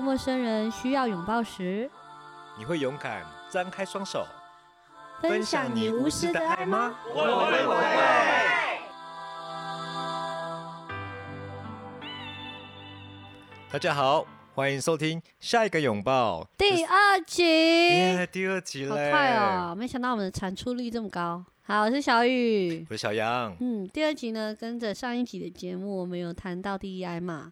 陌生人需要拥抱时，你会勇敢张开双手，分享你无私的爱吗？会会会！大家好，欢迎收听下一个拥抱第二集，耶第二集好嘞，快哦！没想到我们的产出率这么高。好，我是小雨。我是小杨，嗯，第二集呢，跟着上一集的节目，我们有谈到 DEI 嘛，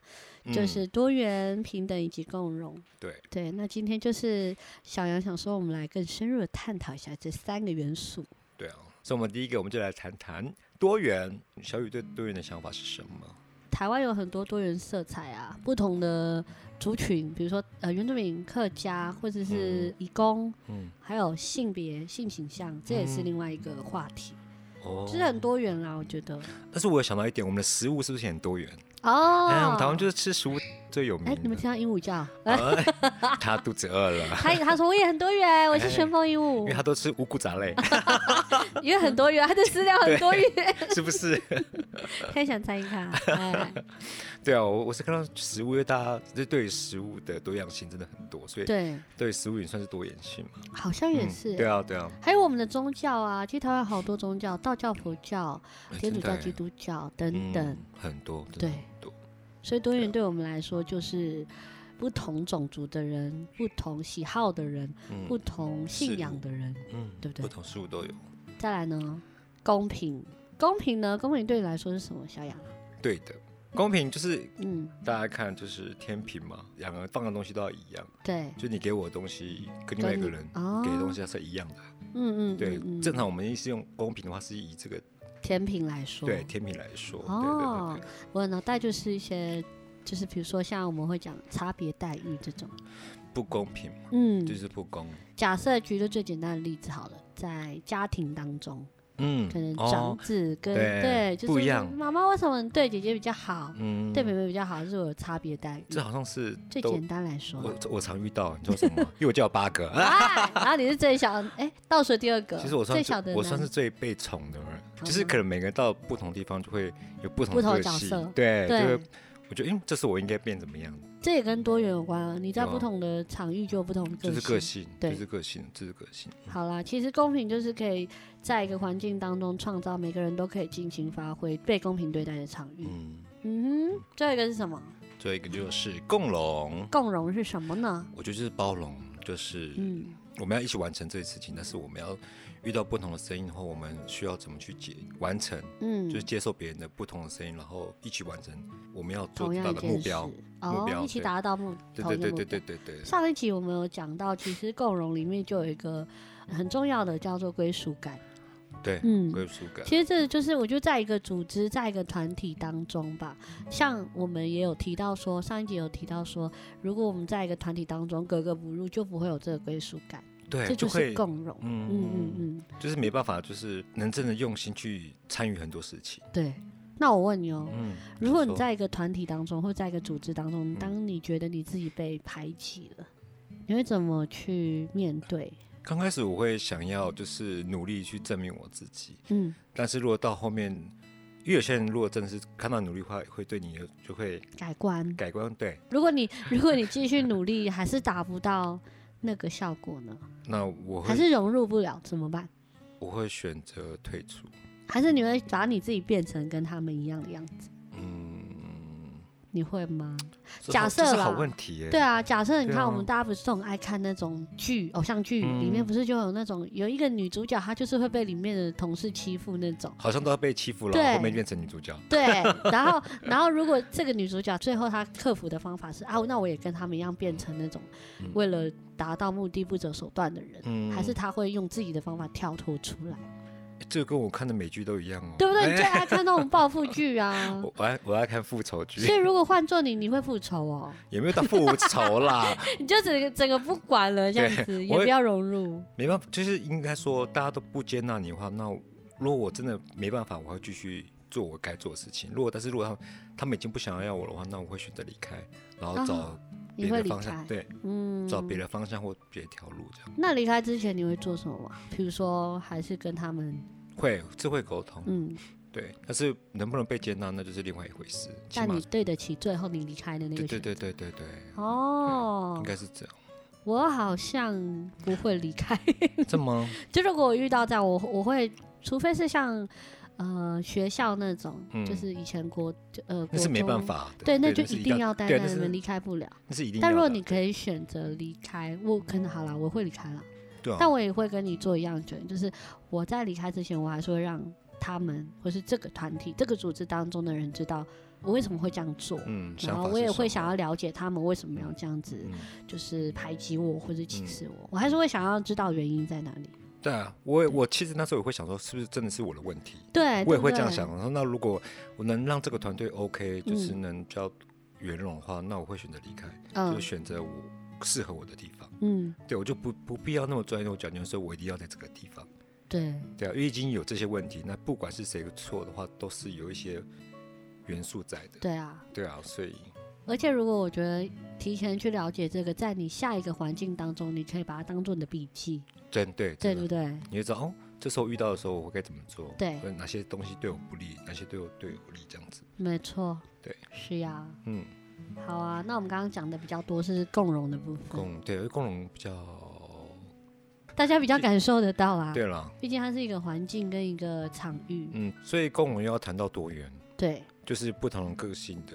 就嗯是多元、平等以及共融。对对，那今天就是小杨想说，我们来更深入的探讨一下这三个元素。对啊，所以我们第一个我们就来谈谈多元。小雨对多元的想法是什么？台湾有很多多元色彩啊，不同的族群，比如说呃原住民、客家，或者是嗯移工，嗯，还有性别、性倾向，这也是嗯另外一个话题，哦就是很多元啦，我觉得。但是我有想到一点，我们的食物是不是也很多元？哦，哎，我们台湾就是吃食物最有哎、名你们的。听到鹦鹉叫？哎、哎他肚子饿了， 他他说我也很多元，我是哎旋风鹦因鹉为，他都吃五谷杂 类，因为很多元，他的饲料很多 元，是不是？ 太想参与他。哎，对啊，我我是看到食物，因为大家就对于食物的多样性真的很多，所以对，对于食物也算是多元性嘛。好像也嗯是。对啊，对啊，还有我们的宗教啊，其实台湾好多宗教，道教、佛教、哎天主真的教、哎基督教等等。嗯、很多，真的对很多，啊所以多元对我们来说就是不同种族的人、不同喜好的人、嗯不同信仰的人。嗯，对不对不同事物都有。再来呢，公平，公平呢？公平对你来说是什么？小雅，对的，公平就是嗯，大家看就是天平嘛，两个人放的东西都要一样，对，就你给我的东西跟跟另外一个你人哦给的东西它是一样的。嗯嗯，对嗯，嗯正常我们是用公平的话是以这个甜品来说，对天平来说，哦对对对对，我的脑袋就是一些，就是比如说像我们会讲差别待遇这种，不公平嘛，嗯，就是不公。假设举个最简单的例子好了，在家庭当中，嗯可能长哦，子跟、对对就是不一样妈妈为什么对姐姐比较好，嗯对妹妹比较好，就是有差别待遇。这好像是最都简单来说，我我常遇到，你说什么？因为我叫八 个，啊哎，然后你是最小，哎，倒数第二个，其实我算最是小的男，我算是最被宠的人，就是嗯哼可能每个人到不同地方就会有不同不的同个的角性色对，就对会，我觉得嗯，这是我应该变怎么样，这也跟多元有关啊。你在有啊不同的场域就有不同的这个啊是性。个性，对这是个性，这是个性，好啦，其实公平就是可以在一个环境当中创造每个人都可以尽情发挥被公平对待的场域。嗯，嗯哼，最后一个是什么？最后一个就是共荣，共融是什么呢？我觉得就是包容，就是嗯，我们要一起完成这些事情，但是我们要遇到不同的声音后，我们需要怎么去解完成，嗯就是，接受别人的不同的声音，然后一起完成我们要做同样到一的件目事标，目哦，标一起对达到目对同对一个对目对标对。对对，上一集我们有讲到，其实共融里面就有一个很重要的叫做归属感。对嗯，归属感，其实这就是我觉得在一个组织、在一个团体当中吧，像我们也有提到说，上一集有提到说，如果我们在一个团体当中格格不入，就不会有这个归属感，对，这就会是共融。嗯嗯嗯，就是没办法，就是能真的用心去参与很多事情。对。那我问你哦，嗯，如果你你说在一个团体当中，或在一个组织当中，嗯当你觉得你自己被排挤了，你会怎么去面对？刚开始我会想要就是努力去证明我自己，嗯，但是如果到后面，因为有些人如果真的是看到努力的话，会对你有就会改观。改观。对，如果你如果你继续努力，还是达不到那个效果呢？那我还会是融入不了，怎么办？我会选择退出。还是你会把你自己变成跟他们一样的样子？嗯，你会吗？这假好设这是好啦问题耶。对啊，假设你对看啊我们大家不是都很爱看那种剧，偶像剧嗯里面不是就有那种有一个女主角，她就是会被里面的同事欺负那 种。好像都要被欺负了，对后面变成女主角。对，然后然后如果这个女主角最后她克服的方法是啊，那我也跟他们一样变成那种嗯为了达到目的不择手段的人，嗯还是她会用自己的方法跳脱出来，这个跟我看的美剧都一样哦。对不 对？你最哎，爱看那种报复剧啊我我爱我爱看复仇所剧， 以如果换做你，你会复仇哦。也没有到复仇啦， 你就整个整个不管了，这样子也我会不要融入。没办法，就是应该说大家都不接纳你的话，那如果我真的没办法，我会继续做我该做的事情。如果但是如果他们他们已经不想要我的话，那我会选择离开，然后找啊别你会的离方向，开，对，嗯找别的方向或别条路这样。那离开之前你会做什么吗？比如说，还是跟他们，会，这会沟通，嗯，对，但是能不能被接纳那就是另外一回事。起但码你对得起最后你离开的那对个对选对对对对，哦应，该是这样，我好像不会离开。 这么就如果我遇到这样，我我会，除非是像呃学校那种，嗯就是以前国呃那是没办，国中法的，对，那就那是一定要待对在那那是边，离开不了。那是一定要的。啊但如果你可以选择离开，我可能好啦，我会离开啦，对啊，但我也会跟你做一样的决定，就是我在离开之前，我还是会让他们或是这个团体、这个组织当中的人知道我为什么会这样做。嗯，然想后法我是也什会么想要了解他们为什么要这样子，嗯就是排挤我或者歧嗯视我，我还是会想要知道原因在哪里。对啊，我也我其实那时候也会想说，是不是真的是我的问题？对，我哎对也不会这样对想。然后那如果我能让这个团队 OK，就是嗯能比较圆融的话，那我会选择离开，就是嗯选择我适合我的地方。嗯，对我就不不必要那么钻牛角尖，说我一定要在这个地方。对，对啊，因为已经有这些问题，那不管是谁错的话，都是有一些元素在的。对啊。对啊，所以而且如果我觉得提前去了解这个，在你下一个环境当中，你可以把它当做你的笔记，真对对真不的，对？你会知道哦，这时候遇到的时候我该怎么做？对或者哪些东西对我不利，哪些对我对我有利，这样子。没错，对，是呀。嗯，好啊，那我们刚刚讲的比较多是共融的部分，共对，因为共融比较大家比较感受得到啊。对啦，毕竟它是一个环境跟一个场域，嗯，所以共融又要谈到多元，对。就是不同的个性的，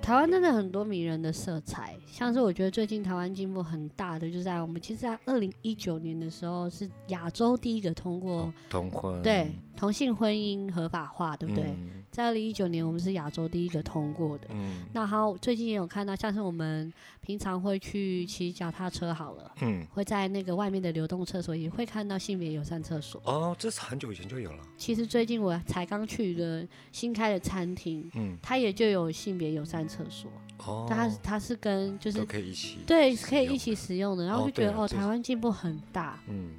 台湾真的很多迷人的色彩，像是我觉得最近台湾进步很大的，就是在我们其实，在二零一九年的时候是亚洲第一个通过哦同婚，哦对同性婚姻合法化，对不对？嗯在二零一九年，我们是亚洲第一个通过的。嗯那还有最近也有看到，像是我们平常会去骑脚踏车好了，嗯，会在那个外面的流动厕所也会看到性别友善厕所。哦，这是很久以前就有了，其实最近我才刚去一个新开的餐厅，嗯，它也就有性别友善厕所，哦，但它是它是跟就是都可以一起，对使可以用一起的使用的，然后哦就觉对得啊哦，这台是湾进步很大。嗯，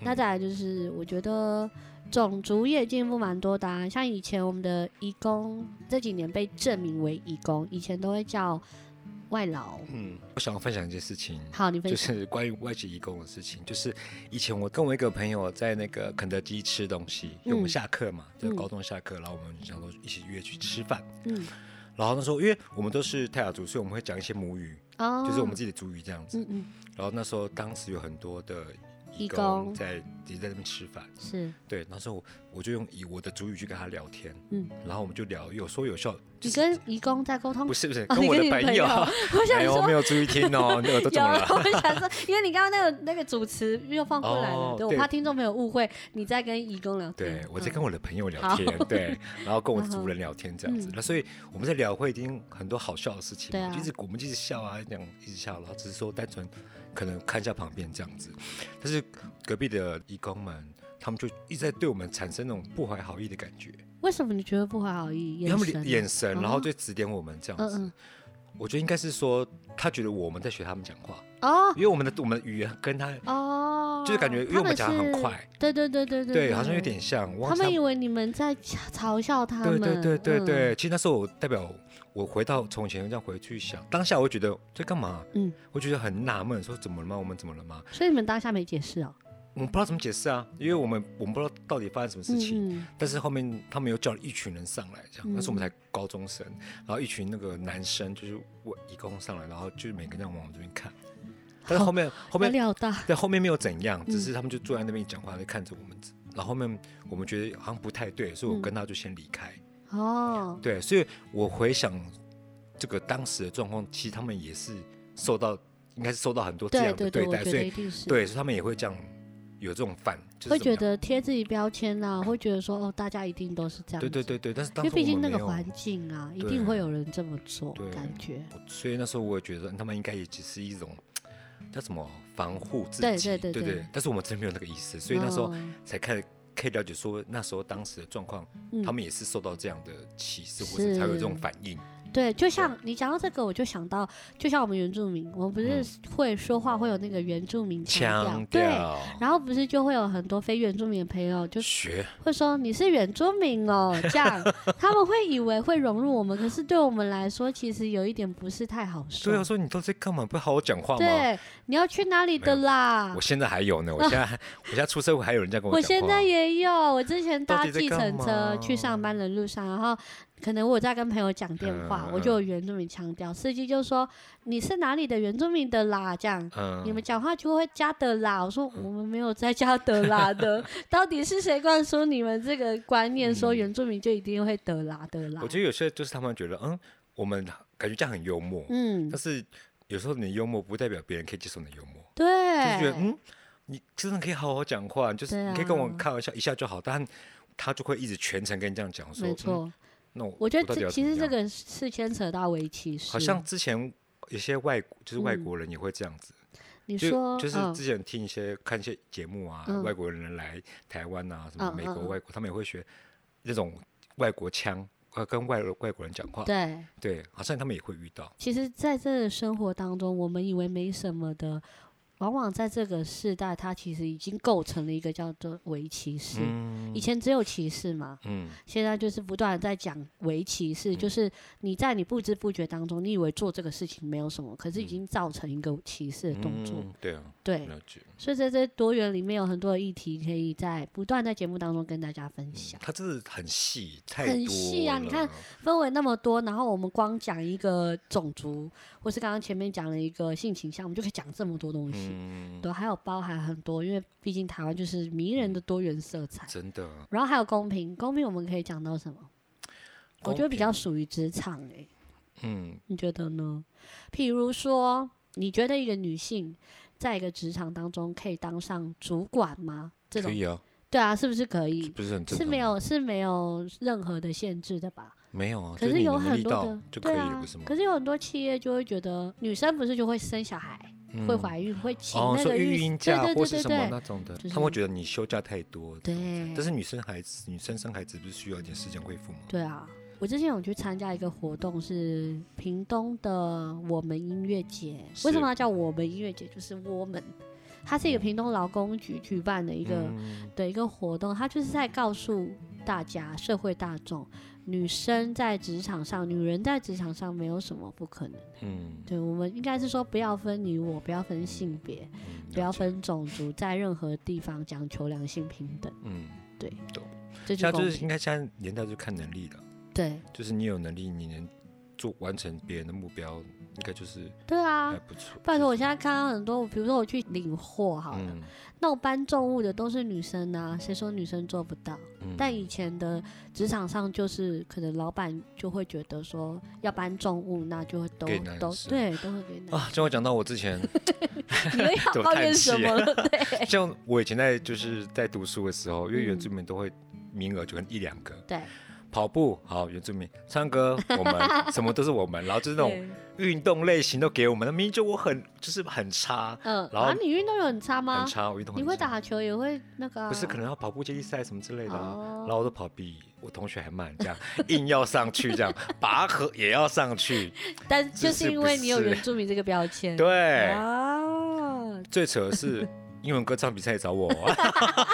那嗯再来就是，我觉得种族也进步蛮多的、啊，像以前我们的移工这几年被证明为移工，以前都会叫外劳。嗯，我想要分享一件事情，好，你分就享。是关于外籍移工的事情。就是以前我跟我一个朋友在那个肯德基吃东西，因为我们嗯下课嘛，在嗯高中下课，然后我们想说一起约去吃饭。嗯，然后那时候，因为我们都是泰雅族，所以我们会讲一些母语，哦，就是我们自己的族语这样子嗯。嗯，然后那时候，当时有很多的义义工工在也在那边吃饭，是对。那时候我就用以我的族语去跟他聊天，嗯嗯，然后我们就聊有说有笑。就你是跟移工在沟通不。是不是哦跟你我跟的你朋朋友 友？我想哎呦，说没有注意听哦，那耳朵怎有啊么了，？我想说，因为你刚刚那个那个主持又放过来了，哦对我对怕听众朋友误会你在跟移工聊天。对，我在嗯跟我的朋友好聊天，对，然后跟我的然后族人聊天这样子嗯。那所以我们在聊会已经很多好笑的事情对嘛，啊就一直我们一直笑啊，这样一直笑，然后只是说单纯可能看一下旁边这样子。但是隔壁的义工们，他们就一直在对我们产生那种不怀好意的感觉，为什么你觉得不怀好意？因为他们神的眼神，然哦后就指点我们这样嗯子。我觉得应该是说，他觉得我们在学他们讲话，嗯哦因为我们的我们的语言跟他哦，就是感觉，因为他我们们讲得很是快，对对对对对对，好像有点像。他我忘记们以为你们在嘲笑他对们，对对对嗯，对，其实那时候我代表我回到从前这样回去想，当下我会觉得在干嘛？嗯，我觉得很纳闷，说怎么了吗？我们怎么了吗？所以你们当下没解释哦。我们不知道怎么解释啊，因为我们我们不知道到底发生什么事情。嗯但是后面他们又叫了一群人上来，这样，嗯那时候我们才高中生，然后一群那个男生就是我一共上来，然后就是每个人这样往我们这边看，但是后面嗯，后面料大，对，后面没有怎样，嗯只是他们就坐在那边讲话，就看着我们。然后后面我们觉得好像不太对，所以我嗯跟他就先离开。哦，对，所以我回想这个当时的状况，其实他们也是受到，应该是受到很多这对样对的对，我待，觉所得以一定是，对，所以他们也会这样有这种反，就是、会觉，得贴自己标签啊，会觉得说哦，大家一定都是这样，对对，对对，但是因当为时毕我竟那们没个有，环境啊，一对定会有人这么做，对感觉，所以那时候我也觉得他们应该也只是一种叫什么防护自己，对对对对对但是我们真的没有那个意思，所以那时候哦才开始可以了解说那时候当时的状况，嗯他们也是受到这样的歧视，或是者才有这种反应。对，就像你讲到这个，我就想到，就像我们原住民，我们不是嗯会说话会有那个原住民腔调，对，调然后不是就会有很多非原住民的朋友就学会说你是原住民哦，这 样他们会以为会融入我们，可是对我们来说，其实有一点不是太好对啊，说。说你到底在干嘛？不好好讲话吗？对，你要去哪里的啦我？现在还 有呢，我现在我现在出社会还有人在跟啊我讲话。啊现在也有，我之前到搭底在计干程车嘛去上班的路上，然后可能我在跟朋友讲电话，嗯我就有原住民腔调，司机就说你是哪里的原住民的啦，这样。嗯，你们讲话就会加的啦，我说我们没有在加的啦的， 到底是谁灌输你们这个观念，说原住民就一定会得啦的啦嗯我？觉得有些就是他们觉得，嗯，我们感觉这样很幽默，嗯但，是有时候你的幽默不代表别人可以接受你的幽默，就是觉得对，嗯，你真的可以好好讲话，就是对你可以跟我啊开玩笑一下就好，但他就会一直全程跟你这样讲说，没嗯，错，那我我觉到得底要这怎其么实这样个是牵扯到围棋师，好像之前有些外国就是外嗯国人也会这样子，你就说就是嗯之前听一些看一些节目啊，嗯外国人来台湾啊，什么嗯美嗯国嗯外国，他们也会学那种外国腔，呃，跟外外国人讲话，对，对，好像他们也会遇到，其实在这个生活当中，我们以为没什么的，往往在这个世代，它其实已经构成了一个叫做围棋师。嗯以前只有歧视嘛，嗯，现在就是不断地在讲围棋是，就是你在你不知不觉当中，你以为做这个事情没有什么，可是已经造成一个歧视的动作。嗯对啊，对，了解。所以在这多元里面有很多的议题，可以在不断在节目当中跟大家分享。它真的很细，太很多细啊你了看，氛围那么多，然后我们光讲一个种族，或是刚刚前面讲了一个性倾向，我们就可以讲这么多东西。嗯，对，还有包含很多，因为毕竟台湾就是迷人的嗯多元色彩。真的，然后还有公平，公平我们可以讲到什么？我公觉得比平较属于职场诶、嗯，你觉得呢？譬如说，你觉得一个女性在一个职场当中可以当上主管吗？这可种以啊，对啊，是不是可以？不是很正是常没吗有是没有任何的限制的吧？没有啊，可就是你有能很力多到的就可对以了，啊不是，吗？可是有很多企业就会觉得女生不是就会生小孩，会嗯怀孕，会请哦，那说个育婴假对或对是对什么对那种的就，他们会是觉得你休假太多。对但对是女生孩子，女生生孩子不是需要一点时间恢复吗？对啊！我之前有去参加一个活动，是屏东的我们音乐节。为是什么要叫我们音乐节？就是我们，它是一个屏东劳工局举办的一个、嗯的一个活动，它就是在告诉大家社会大众，女生在职场上，女人在职场上没有什么不可能。嗯，对我们应该是说，不要分你我，不要分性别，嗯不要，了解分种族，在任何地方讲求良性平等。嗯，对懂，这现在就就公是应平。该现在年代就看能力了，对就是你有能力，你能做完成别人的目标，应该就是对啊还，不错。拜托，就我是现在看到很多，比如说我去领货好了，嗯那我搬重物的都是女生啊，谁说女生做不到？嗯但以前的职场上，就是可能老板就会觉得说要搬重物，那就会都给男都生对，都会给男 啊，就我讲到我之前，生。你又要 怎么抱叹怨气什么啊了？ 对像我以前在就是在读书的时候，因为原嗯住民都会名额就跟一两个，对，跑步好原住民，唱歌 我们，什么都是我们，然后就是那种对运动类型都给我们，那明明就我很就是很差，嗯，然后啊，你运动有很差吗很？差，我运动你很会差打球，也会那个啊、不是可能要跑步接力赛什么之类的、啊，哦然后我都跑比我同学还慢，这样硬要上去，这样拔河也要上去，但就是是因不为你有是原住民这个标签，对，啊，最扯的是英文歌唱比赛也找我，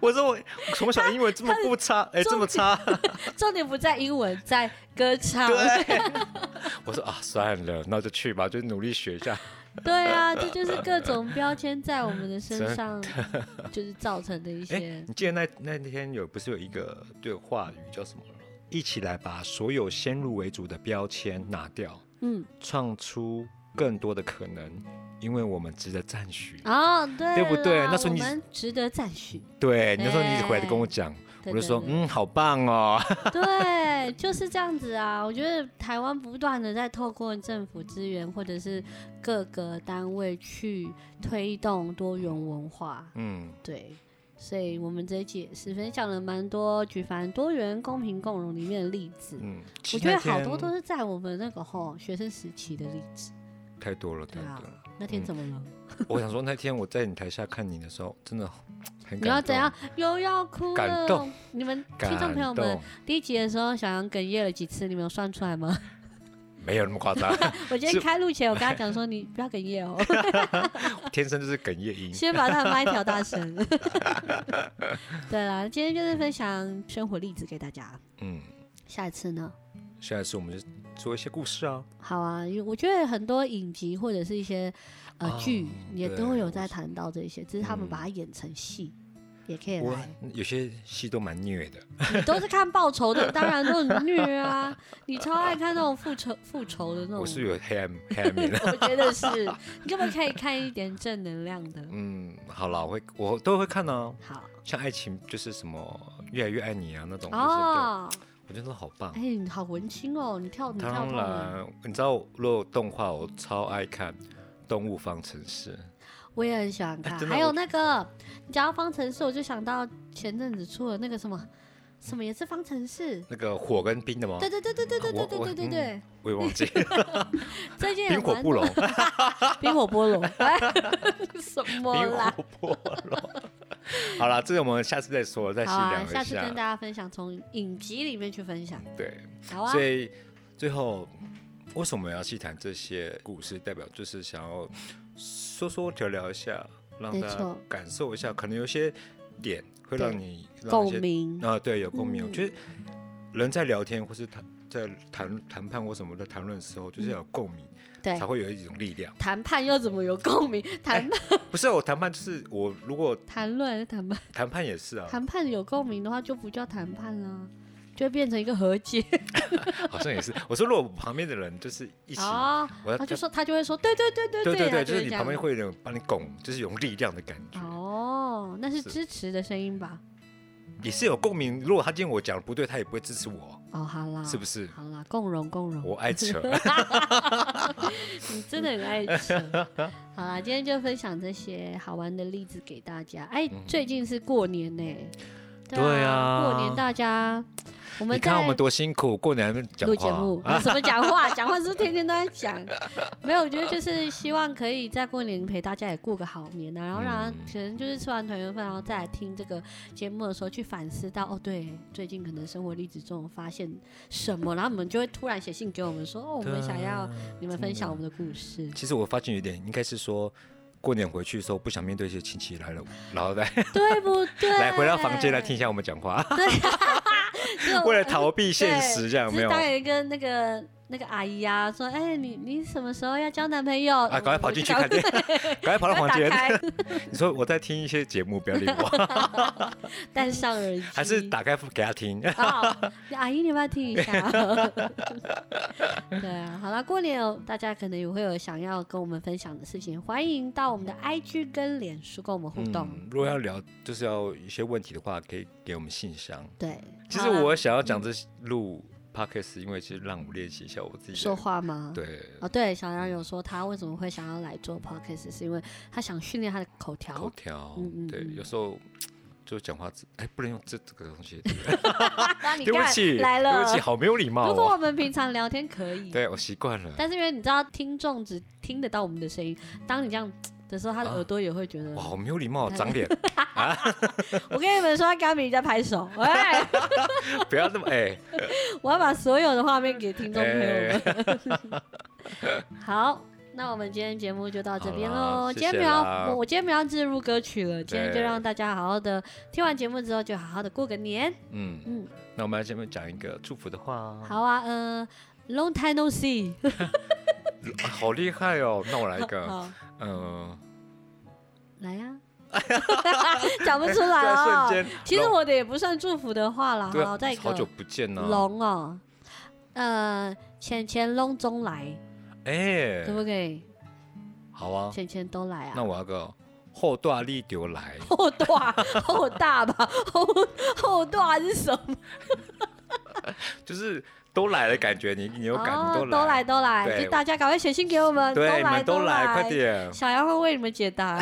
我说我从小英文这么不差，哎、这么差，重点不在英文，在歌唱。对， 我说啊算了，那就去吧，就努力学一下，对啊，这就是各种标签在我们的身 上，就是造成的一哎、些。你记得那那天有不是有一个对话语叫什么了吗？一起来把所有先入为主的标签拿掉，嗯，创出更多的可能，因为我们值得赞许。哦，对，哎对不对那时候我你们值得赞许。对，你那时候你回来跟我讲，哎对我就说对嗯，好棒哦。 对，就是这样子啊！我觉得台湾不断的在透过政府资源或者是各个单位去推动多元文化，嗯，对，所以我们这一集也是分享了蛮多举凡多元、公平、共荣里面的例子。嗯，我其实觉得那天好多都是在我们那个吼学生时期的例子。太多了，太对啊多了。，那天嗯怎么了？我想说那天我在你台下看你的时候，真的很感动。你要怎样？又要哭感了动？你们听众感朋友们动，第一集的时候，小杨哽咽了几次？你们有算出来吗？ 没有那么夸张， 我今天开录前，我跟他讲说，你不要哽咽哦， 天生就是哽咽音。先把他的麦调大声。 对啦，今天就是分享生活例子给大家。嗯，下一次呢？下一次我们就做一些故事啊。好啊，因为我觉得很多影集或者是一些呃哦剧也对都有在谈到这些，只是他们嗯把它演成戏。也可以我来，有些戏都蛮虐的，你都是看报仇的，当然都很虐啊！你超爱看那种复仇复仇的那种，我是有黑暗 黑暗面的。我觉得是，你根本可以看一点正能量的。嗯，好啦，我会我都会看啊，好像爱情就是什么越来越爱你啊那种，就是比较哦，我觉得都好棒哎、。你好文青哦，你跳你跳当痛了。然，你知道，如果动画我超爱看《动物方程式》，我也很喜欢看。哎真的还有我那个，你讲到方程式，我就想到前阵子出了那个什么，什么也是方程式。那个火跟冰的吗？对对对对对对对我对我嗯对对对，我也忘 记，啊最近嗯冰火不容，冰火菠 萝，哎什么冰啦？火不容。好了，这个我们下次再说，再细好啊，聊下一次跟大下。家分享，从影集里面去分享。对，好啊所，以最后为什么要去谈这些故事？代表就是想要说说聊聊一下，让没大家错感受一下，可能有些点会对让你让一共些鸣。啊，对，有共鸣。我嗯觉得人在聊天或是谈在谈谈判或什么的谈论的时候，就是要有共鸣，嗯对才，会有一种力量。谈判又怎么有共哎鸣？谈判、不是我谈判，就是我如果谈论谈判。谈判也 是啊，谈判有共鸣的话，就不叫谈判啦，就会变成一个和解。好像也是。我说如果旁边的人就是一起，哦，我要他就说他就会说，对对对对对对对对，啊就是你这旁样边会有人帮你拱，就是有力量的感觉，哦，那是是支持的声音吧？也是有共鸣。如果他今天我讲的不对，他也不会支持我，哦，好啦，是不是？好啦，共荣共荣，我爱 扯， 你真的很爱扯。好啦，今天就分享这些好玩的例子给大家。哎，最近是过年呢，嗯对啊过年大家我你们看在我们多辛苦，过年还没讲录节目啊话，，啊什么讲话？讲话是不是天天都在 讲？没有，我觉得就是希望可以在过年陪大家也过个好年啊，然后让他嗯可能就是吃完团圆饭，然后再来听这个节目的时候去反思到，哦，对，最近可能生活例子中有发现什么，然后你们就会突然写信给我们说，哦，我们想要你们分享我们的故事。啊其实我发现有点，应该是说过年回去的时候不想面对一些亲戚来了，然后来对不对？来回到房间来听一下我们讲话，就为了逃避现实，这样有没是有？当啊，有一个那个那个阿姨啊，说，哎、你你什么时候要交男朋友？啊赶快跑进去我看就赶电， 赶快跑到快房打间。开， 你说我在听一些节目，不要理我， 戴上耳机，还是打开给他听。啊，阿姨，你要不要听一 下？对啊，好了，过年哦，大家可能也会有想要跟我们分享的事情，欢迎到我们的 IG 跟脸书跟我们互动。嗯，如果要聊就是要一些问题的话，可以给我们信箱。对，其好啊实啦我想要讲这录 podcast，因为其实让我练习一下我自己的说。话吗？。对，嗯哦，对，小杨有说他为什么会想要来做 podcast，是因为他想训练他的口口条。条嗯嗯，对，嗯有时候就讲话，哎，不能用这这个东西。那 你对不看起，来对了 不。起，好没有礼貌如果哦。我们平常聊天可以，对我习惯了，但是因为你知道听众只听得到我们的声音，当你这样的时候，他的啊耳朵也会觉得哇，好没有礼貌哦，哎长脸， 我跟你们说，刚明在拍手，哎，不要那么哎，我要把所有的画面给听众朋友哎 们。 好，那我们今天节目就到这边好喽。啦今天谢没谢有啦要，我今天没有要置入歌曲了，今天就对让大家好好的听完节目之后，就好好的过个年。嗯嗯嗯。那我们来前面讲一个祝福的话哦，好啊，呃，Long time no see，啊好厉害哦。那我来一 个，好，嗯，来 呀、讲不出来在啊、瞬间，其实龙我的也不算祝福的话啦，对好，啊再一，好久个不见呢，龙哦，呃，钱钱龙中来，哎可，不可以？好啊，钱钱都来啊。那我要个后大力丢来，后大后大吧，后后大是什么？就是都来的感觉，你你有感哦觉都来来，都来，对就大家赶快写信给我们，对，你来们都都来，快！点，小杨会为你们解 答，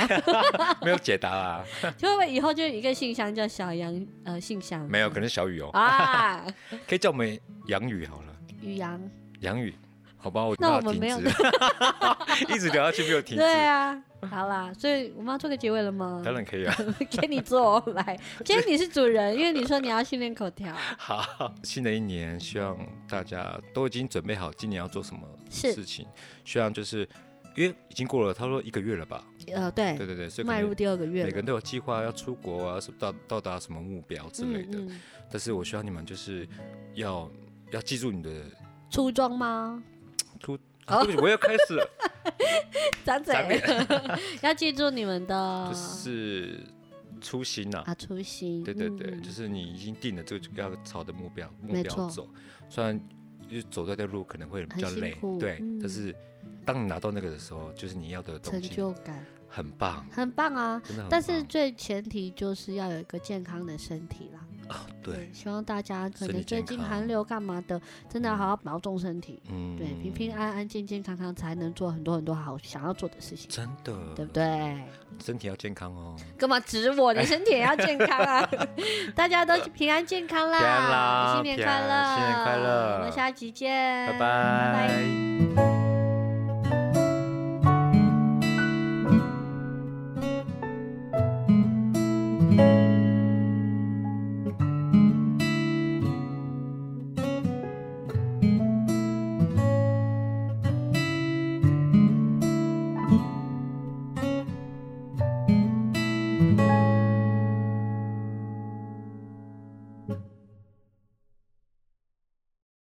没有解答啊，就会不会以后就有一个信箱叫小杨呃信箱？没有，可能小雨哦，啊，可以叫我们杨雨好了。宇阳，杨宇，好吧，我那要我们停没有 止，一直聊下去没有停止。对啊， 好啦，所以我们要做个结尾了吗？当然可以啊。 给你做 来，今天你是主人，因为你说你要训练口条，好，新的一年，希望大家都已经准备好今年要做什么是事情。希望就是因为已经过了，差不多一个月了吧？呃，对对，对对，所以可迈入能第二个月每了，个人都有计划要出国啊，是到到达什么目标之类的。嗯嗯，但是我希望你们就是要要记住你的出装吗？哦啊对不起，我要开 始了，张嘴张， 要记住你们的就是初心呐、啊初心，对对对，嗯就是你已经定了这个要朝的目标目没标错走，虽然就走这条路可能会比很较辛累苦，对，嗯但是当你拿到那个的时候，就是你要的东成西就感很棒，很棒啊。真的很棒。但是最前提就是要有一个健康的身体啦。对，希望大家可身能体最健近康寒流干嘛的，真的要好好保重身体。嗯，对，平平安安、健健康康，才能做很多很多好想要做的事情，嗯真的，对不？对？身体要健康哦，干嘛指我？你身体也要健康 啊！大家都平安健康啦，平安啦新年平快安乐，新年快乐我们下集见，拜哎拜拜。拜